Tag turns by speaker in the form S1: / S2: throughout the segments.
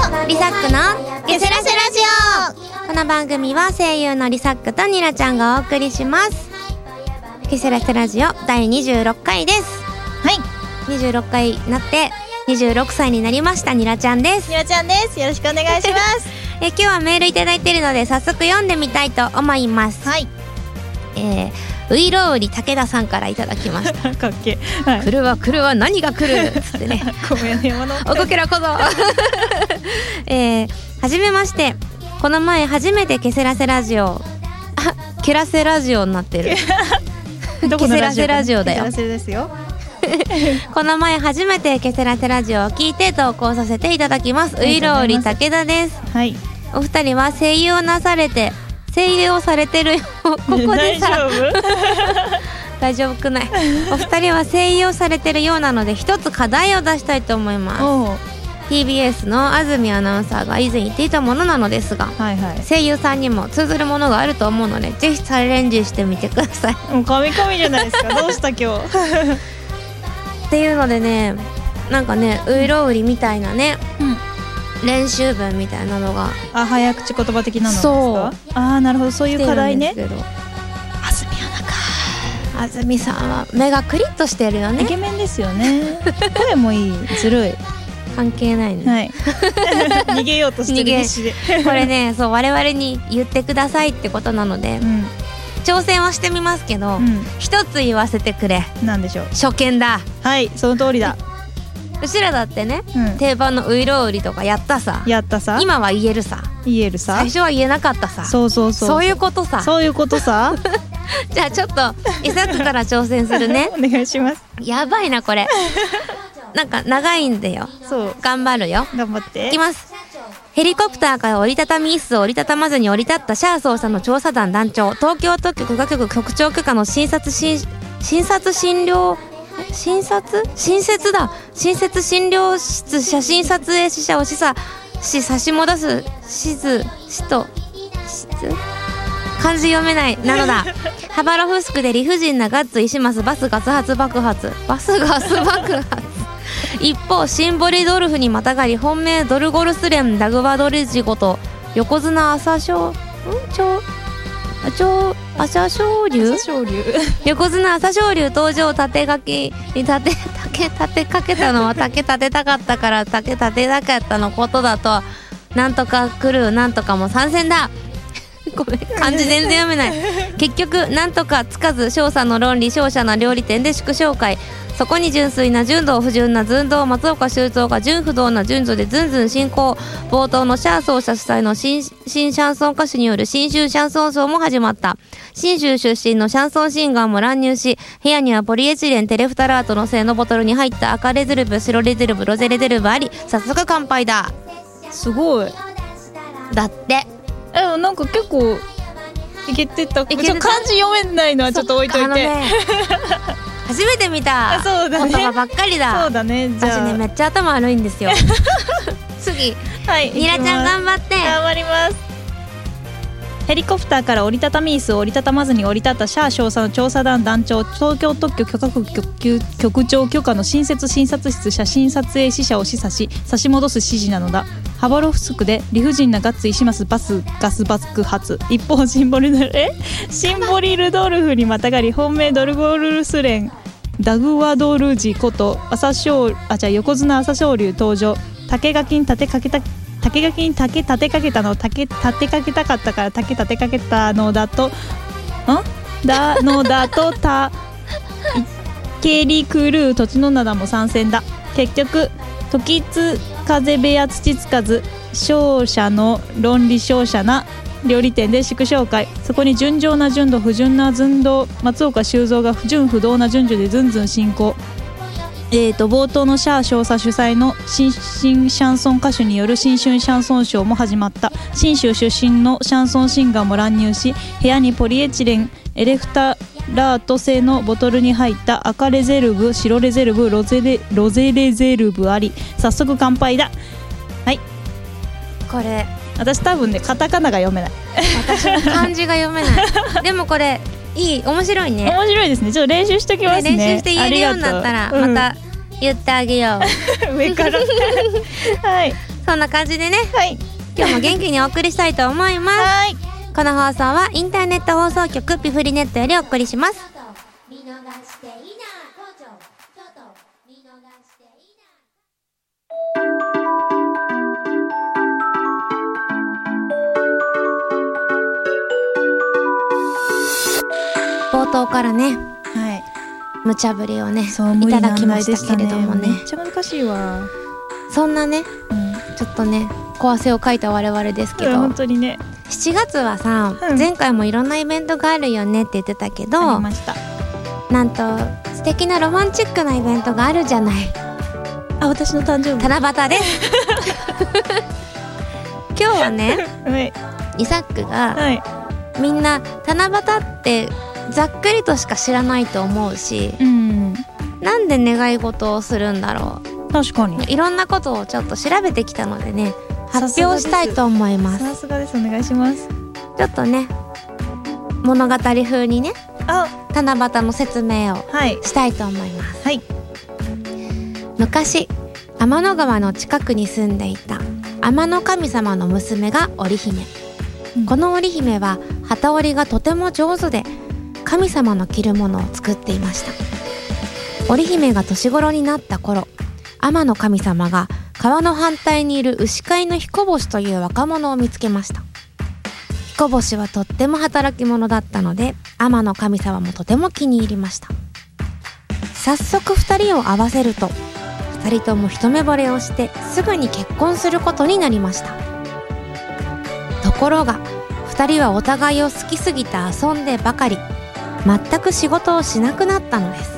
S1: クのゲセラセラジオこの番組は声優のリサックとニラちゃんがお送りしますゲセラセラジオ第26回です
S2: はい、
S1: 26回になって26歳になりましたニラちゃんです
S2: ひろちゃんです。よろしくお願いします。
S1: え今日はメールいただいているので早速読んでみたいと思います
S2: はい、
S1: えー、ウイロウリ武田さんからいただきました
S2: かっけえ。は
S1: 来。るわ来るわ何が来るつってね
S2: ごめんね、山の。
S1: おこけらこぞ えー、はじめましてこの前初めてケセラセラジオあケラセラジオにな ってる
S2: ど
S1: このラジオかなケセラセラジオだよ
S2: ケセラセラですよ。
S1: この前初めてケセラセラジオを聞いて投稿させていただきますウ
S2: り
S1: イ
S2: がとう
S1: ロウ
S2: ござい
S1: リ
S2: ます
S1: 武田です
S2: はい。
S1: お二人は声優をなされて声優をされてるよ ここで
S2: 大
S1: さ
S2: 丈夫。
S1: 大丈夫くないお二人は声優をされてるようなので一つ課題を出したいと思います
S2: おう
S1: TBS の安住アナウンサーが以前言っていたものなのですが
S2: はいはい。
S1: 声優さんにも通ずるものがあると思うのでぜひチャレンジしてみてくださいっ
S2: もう神々じゃないですか。どうした今日。
S1: ていうのでねなんかねウイロウリみたいなね
S2: うん。
S1: 練習文みたいなのが
S2: あ、早口言葉的なのですか。
S1: そう
S2: ああ、なるほど。そうい
S1: 来
S2: う
S1: て
S2: 課
S1: る
S2: 題
S1: んです
S2: ね。
S1: けど安住アナか安住さんは目がクリッとしてるよ
S2: イ
S1: ね
S2: ケメンですよね。 声もいい。ずるい。
S1: 関係ないね、
S2: はい。 逃げようとして
S1: 逃げ
S2: る必死で。
S1: これねそう我々に言ってくださいってことなので
S2: うん。
S1: 挑戦はしてみますけど、
S2: う
S1: 一つ言わせてくれ
S2: ん。なんでしょう。
S1: 初見だ
S2: はい、その通りだ。
S1: うちらだってね
S2: うん。
S1: 定番のウイロウリとかやったさ
S2: やったさ。
S1: 今は言えるさ
S2: 言えるさ
S1: 最。初は言えなかったさ
S2: そうそうそう。
S1: そういうことさ
S2: そういうことさ。
S1: じゃあちょっと一冊から挑戦するね
S2: お願いします。
S1: やばいなこれなんか長いんだよ
S2: そう。
S1: 頑張るよ
S2: 頑張って。
S1: いきますヘリコプターから折りたたみ椅子を折りたたまずに折り立ったシャーソーさんの調査団団長東京特許許可局局長許可の診察診診察診療え診察診察だ診察診療室写真撮影死者を示唆し差し戻すしずしとしず漢字読めないなのだハバロフスクで理不尽なガッツ石ますバスガス発爆発バスガス爆発一方シンボリドルフにまたがり本命ドルゴルスレンダグバドレジゴと横綱朝青ん超あ超朝青龍
S2: 昇竜。
S1: 横綱朝青龍登場立て書きに立て竹立てかけたのは竹立てたかったから竹立てなかったのことだとなんとか来るなんとかも参戦だ ごめん漢字全然読めない結局なんとかつかず勝者の論理勝者の料理店で祝勝会そこに純粋な純道不純な純道松岡修造が純不動な純度でずんずん進行冒頭のシャー奏者主催の新新シャンソン歌手による新州シャンソンショーも始まった新州出身のシャンソンシンガーも乱入し部屋にはポリエチレンテレフタラートの製のボトルに入った赤レズルブ白レズルブロゼレズルブあり早速乾杯だ
S2: すごい。
S1: だって
S2: え、なんか結構。いけてた。
S1: けてた
S2: ちょっと漢字読めないのはちょっと置いとい
S1: あの
S2: て。
S1: ね初めて見た
S2: あそうだね
S1: 言葉ばっかりだ
S2: そうだね。じ
S1: 私
S2: ゃあ。
S1: ねめっちゃ頭悪いん ですよ次
S2: はい。
S1: ニラちゃん頑
S2: ん。
S1: 張って
S2: 頑張ります。ヘリコプターから折りたたみ椅子を折りたたまずに折り立ったシャー少佐の調査団団長東京特許許可局局局長許可の新設診察室写真撮影死者を示唆し差し戻す指示なのだハバロフスクで理不尽なガッツ石ますバスガス爆発一方シンボリルえシンボリルドルフにまたがり本命ドルゴルルスレンダグワドルジこと朝青あじゃあ横綱朝青龍登場竹垣に立てかけた竹垣に竹立てかけたの竹立てかけたかったから竹立てかけたのだとんだのだとたケリクルー土地の灘も参戦だ結局時津風部屋土つかず勝者の論理勝者な料理店で祝勝会そこに純情な純度不純な寸道松岡修造が不純不動な順序でずんずん進行えー、と冒頭のシャー少佐主催の新進シャンソン歌手による新春シャンソンショーも始まった新州出身のシャンソンシンガーも乱入し部屋にポリエチレンエレフタラート製のボトルに入った赤レゼルブ白レゼルブロゼレロゼレゼルブあり早速乾杯だ
S1: これ
S2: 私多分ねカタカナが読めない
S1: 私も漢字が読め ないでもこれいい面白いね
S2: 面白いですねちょっと練習しときますね
S1: 練習して言えるようになったら
S2: あり
S1: ま
S2: が
S1: た言ってあげよう、
S2: とううん上からはい
S1: そんな感じでね
S2: はい
S1: 今日も元気にお送りしたいと思います
S2: はい
S1: この放送はインターネット放送局ピフリネットよりお送りします
S3: 見逃していない東京都見逃していない
S1: 冒頭からね
S2: はい
S1: 無茶ぶりをね
S2: そう
S1: い
S2: 無
S1: た
S2: 理
S1: だ
S2: な
S1: き
S2: 問
S1: ま
S2: 題で
S1: したけれどもね
S2: めっちゃ難しいわ
S1: そんなね
S2: うん
S1: ちょっとね小せをかいた我々ですけど
S2: 本当にね
S1: 7月はさ、
S2: うん
S1: 前回もいろんなイベントがあるよねって言ってたけ
S2: あ
S1: ど
S2: りました
S1: なんと素敵なロマンチックなイベントがあるじゃない
S2: あ私の誕生日
S1: 七 夕です今日はね
S2: はい
S1: イサックが
S2: はい
S1: みんな七夕ってざっくりとしか知らないと思うし
S2: うん
S1: なんで願い事をするんだろ
S2: 確かに
S1: ういろんなことをちょっと調べてきたのでね
S2: さす
S1: 発
S2: が
S1: 表
S2: です
S1: したいと思います
S2: さすがですお願いします
S1: ちょっとね物語風にね
S2: あ
S1: 七夕の説明を
S2: はい
S1: したいと思います
S2: はい
S1: 昔天の川の近くに住んでいた天の神様の娘が織姫、
S2: うん
S1: この織姫は機織りがとても上手で神様の着るものを作っていました織姫が年頃になった頃天の神様が川の反対にいる牛飼いの彦星という若者を見つけました彦星はとっても働き者だったので天の神様もとても気に入りました早速2人を会わせると2人とも一目惚れをしてすぐに結婚することになりましたところが2人はお互いを好きすぎて遊んでばかり全く仕事をしなくなったのです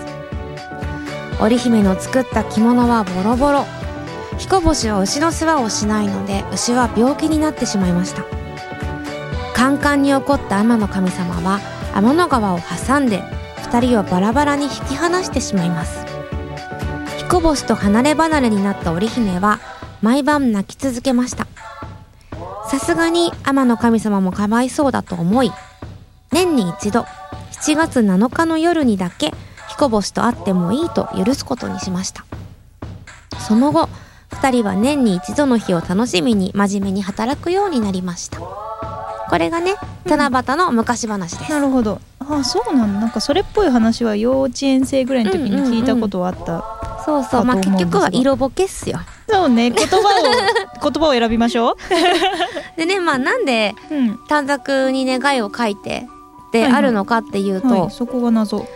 S1: 織姫の作った着物はボロボロ彦星は牛の世話をしないので牛は病気になってしまいましたカンカンに怒った天の神様は天の川を挟んで2人をバラバラに引き離してしまいます彦星と離れ離れになった織姫は毎晩泣き続けましたさすがに天の神様もかわいそうだと思い年に一度7月7日の夜にだけ彦星と会ってもいいと許すことにしましたその後2人は年に一度の日を楽しみに真面目に働くようになりましたこれがね七夕の昔話です、
S2: なるほどあそうなんだなんかそれっぽい話は幼稚園生ぐらいの時に聞いたことはあった、
S1: そうそうまあ結局は色ぼけっすよ
S2: そうね 言葉を言葉を選びましょう
S1: でねまあなんで
S2: うん
S1: 短冊に願いを書いてで
S2: はいは
S1: あ
S2: い
S1: るのかっていうと、
S2: はいそこが謎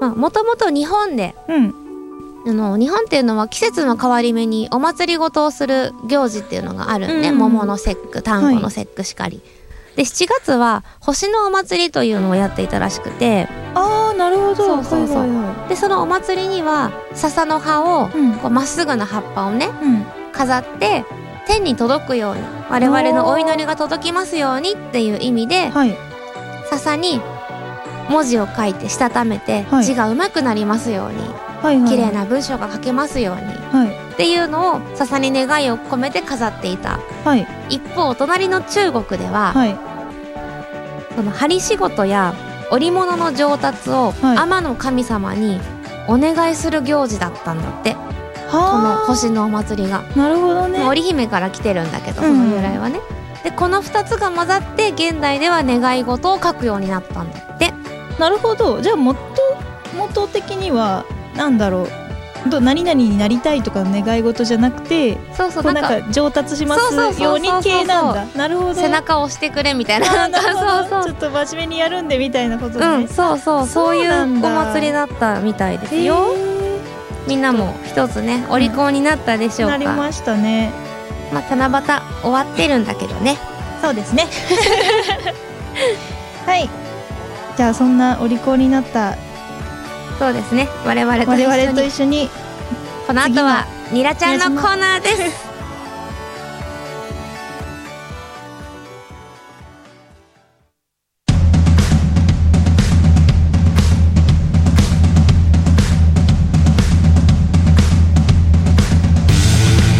S1: まあもともと日本で
S2: うん
S1: あの日本っていうのは季節の変わり目にお祭りごとをする行事っていうのがあるんで、
S2: うん
S1: 桃の節句端午の節句しかり、で7月は星のお祭りというのをやっていたらしくて
S2: あーなるほど
S1: そうそうそう
S2: はいはいは
S1: でそのお祭りには笹の葉を
S2: いうん
S1: こうまっすぐな葉っぱをね
S2: うん
S1: 飾って天に届くように我々のお祈りが届きますようにっていう意味で
S2: はい
S1: 笹に文字を書いてしたためて
S2: はい
S1: 字がうまくなりますように、
S2: はいはい
S1: 綺麗な文章が書けますように
S2: はい
S1: っていうのを笹に願いを込めて飾っていた
S2: はい
S1: 一方お隣の中国では、
S2: はい
S1: その針仕事や織物の上達を
S2: はい
S1: 天の神様にお願いする行事だったんだって、この
S2: は
S1: 星のお祭りが、
S2: あなるほどね
S1: まあ織姫から来てるんだけど
S2: う
S1: そ
S2: ん
S1: の由来はね、でこの2つが混ざって現代では願い事を書くようになったんだって
S2: なるほどじゃあ元元的にはなんだろうど何々になりたいとかの願い事じゃなくて
S1: そうそう
S2: こ
S1: な
S2: うん
S1: か
S2: なんか上達しま
S1: そうそうそうそう
S2: すように
S1: そうそう
S2: 系なんだなるほど
S1: 背中を押してくれみたいなな
S2: あー
S1: んか
S2: なるほど
S1: そうそう
S2: ちょっと真面目にやるんでみたいなことね、
S1: うん、そうそう、
S2: そ
S1: そううい
S2: なん
S1: う
S2: だ
S1: お祭りだったみたいです
S2: へー
S1: よ。みんなも一つね、お利口になったでしょう
S2: な
S1: か。
S2: り
S1: ま
S2: ましたね
S1: あ、七夕終わってるんだけどね。
S2: そうですね はいじゃあそんなお利口になった
S1: そうですね、我々と一
S2: 我
S1: 緒
S2: 々と
S1: に。
S2: 一緒に
S1: この後は、ニラちゃんのコーナーです。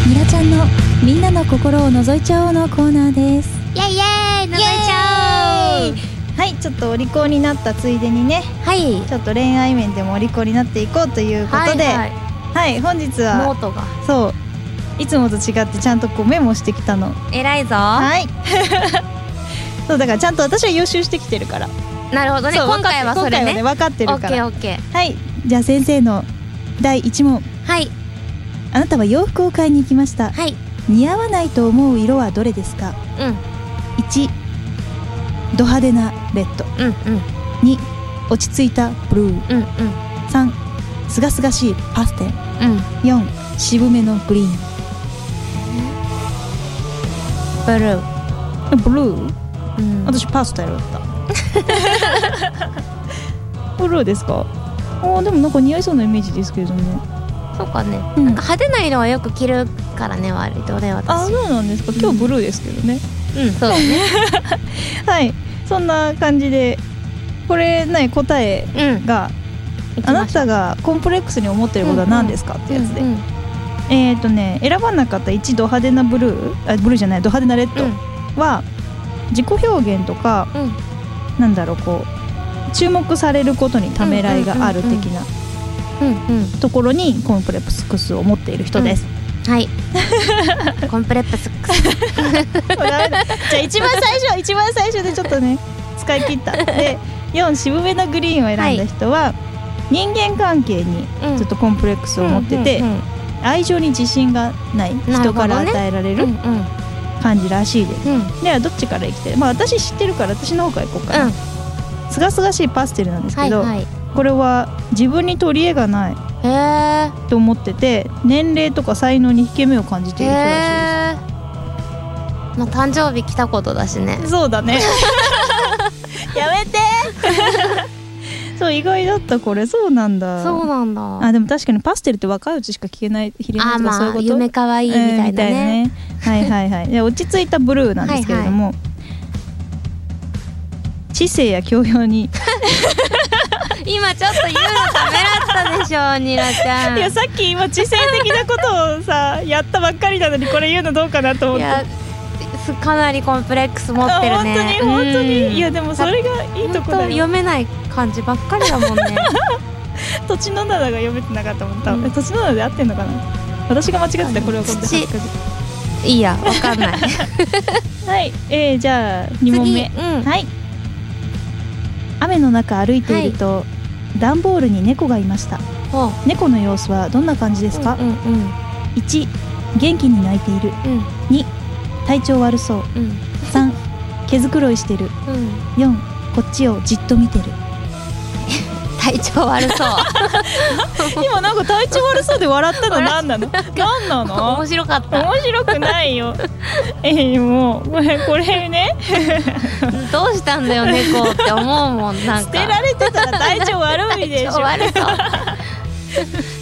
S4: ニラちゃんのみんなの心を覗いちゃおうのコーナーです。
S1: イエイイエイ、覗いちゃおう。
S2: はいちょっとお利口になったついでにね
S1: はい。
S2: ちょっと恋愛面でもお利口になっていこうということで、
S1: は
S2: はい
S1: い
S2: 本日
S1: はい、ノ
S2: は
S1: ートが。
S2: そういつもと違ってちゃんとこうメモしてきたの
S1: 偉いぞ
S2: はい そうだからちゃんと私は予習してきてるから
S1: なるほどね
S2: そう
S1: 今回はそれね
S2: 分かって
S1: オ
S2: 今回は
S1: ッ
S2: ね分かって
S1: ケ
S2: る
S1: ー
S2: か
S1: オッケ
S2: らはいじゃあ先生の第1問
S1: ーはい
S2: あなたは洋服を買いに行きました
S1: はい
S2: 似合わないと思う色はどれですか
S1: う
S2: 1ド派手なレッド
S1: んうんうん
S2: 2落ち着いたブルー
S1: うん
S2: 3すがすがしいパステル
S1: うんうん
S2: 4渋めのグリーン
S1: ブルー
S2: ブルー
S1: うん
S2: 私パスタやった ブルーですかあーでもなんか似合いそうなイメージですけれども
S1: そうかね、
S2: うん
S1: なんか派手な色はよく着るからね割とね
S2: あー
S1: 私
S2: そうなんですか今日ブルーですけどね、
S1: うんそうだね
S2: はいそんな感じでこれね答え
S1: うん
S2: が
S1: 行き
S2: あな
S1: ましょう
S2: たがコンプレックスに思ってることは何ですかってやつで、
S1: うんうん
S2: えっ、ー、とね選ばなかった一ド派手なブルーあブルーじゃないド派手なレッドは、自己表現とか
S1: うん
S2: なんだろうこう注目されることにためらいがある的な
S1: うんうん
S2: ところにコンプレックスを持っている人です。
S1: はい コンプレップス
S2: もうダメだ じゃあ一番最初一番最初でちょっとね使い切った。で4渋めのグリーンを選んだ人は、人間関係に
S1: うん
S2: ちょっとコンプレックスを持ってて、
S1: うん
S2: 愛情に自信がない
S1: なる
S2: 人
S1: ほ
S2: か
S1: どね
S2: ら与えられ
S1: うんう
S2: る
S1: んうん
S2: 感じらしいです。
S1: うん
S2: ではどっちから生きてるまあ私知ってるから私の方からいこうかな。すがすがしいパステルなんです
S1: は
S2: け
S1: い
S2: ど、
S1: はい
S2: これは自分に取り柄がない
S1: へえ
S2: と思ってて年齢とか才能に引け目を感じている人らしいです。
S1: へえまあ誕生日来たことだしね
S2: そうだね。 やめて。 そう意外だったこれそうなんだ。
S1: そうなんだ
S2: あでも確かにパステルって若いうちしか聞けないひれない
S1: あ
S2: とかそういう
S1: ま
S2: こ
S1: あ
S2: と。
S1: 夢かわいいみたいなね
S2: うんみたいなねはいはい はい。で落ち着いたブルーなんですけれども。知性や教養に、
S1: 今ちょっと言うのためらったでしょニラちゃん
S2: いやさっき今知性的なことをさやったばっかりなのにこれ言うのどうかなと思っ
S1: い
S2: て
S1: やすかなりコンプレックス持ってるね
S2: あ本当に本当に、
S1: うん
S2: いやでもそれがいいと
S1: 本
S2: こ
S1: 当
S2: だよ
S1: 読めない感じばっかりだもんね
S2: 土地のだが読めてなかったもん多分、
S1: うん
S2: 土地のだで合ってんのかな私が間違ってたこれはこれで恥ずかしい
S1: いいやわかん ない
S2: はい、えー、じゃあ2
S1: 次
S2: 問目
S1: うん
S2: はい雨の中歩いていると、段ボールに猫がいました
S1: おう
S2: 猫の様子はどんな感じですか、
S1: うんうん
S2: 1元気に泣いている
S1: うん
S2: 体調悪そう
S1: うん
S2: 3毛づくろいしてる
S1: うんうん
S2: 4こっちをじっと見てる
S1: 体調悪そう
S2: 今なんか体調悪そうで笑ったの何なの何なの
S1: 面白かった
S2: 面白くな いよ。えー、もうこれこれね
S1: どうしたんだよ猫って思うもんなんか
S2: 捨てられてたら体調悪いで しょ。
S1: 体調悪そう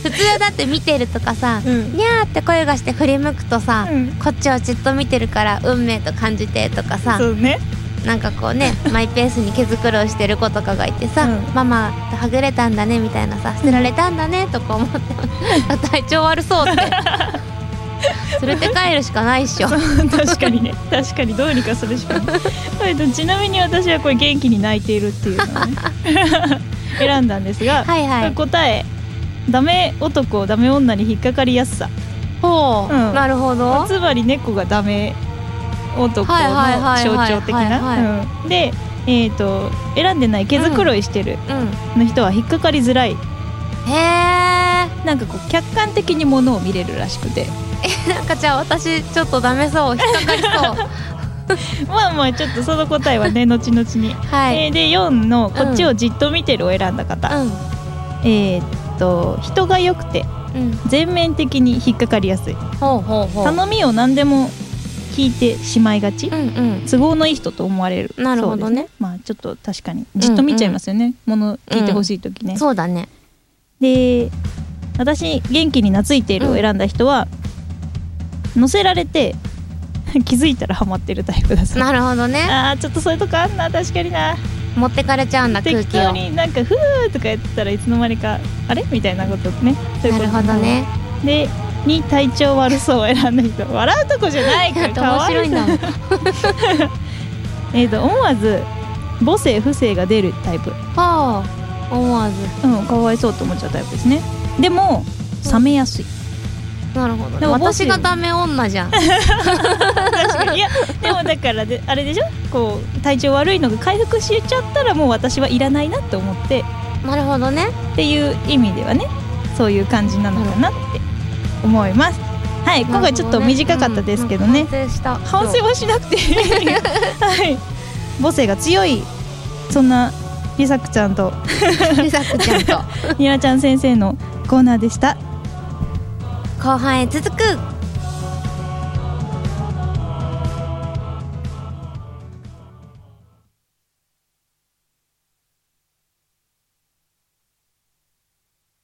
S1: 普通はだって見てるとかさ、
S2: うん
S1: にゃーって声がして振り向くとさ、
S2: うん
S1: こっちをじっと見てるから運命と感じてとかさ
S2: そう ね。
S1: なんかこう ねマイペースに毛づくろいしてる子とかがいてさ、
S2: うん
S1: ママはぐれたんだねみたいなさ捨てられたんだねとか思って体調悪そうって 連れて帰るしかないっしょ
S2: 確かにね確かにどうにかするしかない。はいとちなみに私はこれ元気に泣いているっていうのをね 選んだんですが、
S1: はいはい
S2: 答えダメ男ダメ女に引っかかりやすさ。
S1: ほう、
S2: うん
S1: なるほど
S2: つまり猫がダメ男の
S1: はいはいはいはいはいはい
S2: 象徴的な。うんでえー、と選んでない毛づくろいしてる
S1: うん
S2: の人は引っかかりづらい。
S1: へ
S2: なんかこう客観的にものを見れるらしくて
S1: えなんかじゃあ私ちょっとダメそう引っかかり そう
S2: まあまあちょっとその答えはね後々に、
S1: はい、
S2: えーで4の「こっちをじっと見てる」を選んだ方、えーっと人が良くて
S1: うんうん
S2: 全面的に引っかかりやすい
S1: ほうほうほう
S2: 頼みを何でも聞いてしまいがち、
S1: うんうん
S2: 都合のいい人と思われる
S1: なるほどね
S2: そうですまあちょっと確かにじっと見ちゃいますよね、もの聞いてほしい時ね、
S1: そうだね
S2: で私「元気に懐いている」を選んだ人は、乗せられて気づいたらハマってるタイプだそう
S1: なるほどね
S2: あーちょっとそういうとこあんな確かにな
S1: 持ってかれちゃうんだ空
S2: 適
S1: 気
S2: 当
S1: を
S2: になんか「ふー」とかやってたらいつの間にか「あれ?」みたいなことねそうい
S1: な
S2: うこ
S1: る
S2: と
S1: ほどね
S2: でに体調悪そうを選んだ人笑うとこじゃない
S1: だっ
S2: から
S1: て
S2: か
S1: 面
S2: わ
S1: 白
S2: い
S1: い
S2: そ
S1: んだ
S2: う
S1: もん
S2: えーと思わず母性不正が出るタイプ
S1: はあ思わず
S2: うんかわいそうと思っちゃうタイプですねでも冷めやすい
S1: なるほど、
S2: で
S1: ね、
S2: ももし
S1: 私がダメ女じゃん
S2: 確かにいやでもだからであれでしょこう体調悪いのが回復しちゃったらもう私はいらないなって思って
S1: なるほどね
S2: っていう意味ではねそういう感じなのかなって思いますはい今回ちょっと短かったですけどね
S1: 反省した
S2: 反省はしなくてはい母性が強いそんなりさくちゃんと
S1: リサクち ゃんと
S2: にらちゃん先生のコーナーでした
S1: 後半へ続く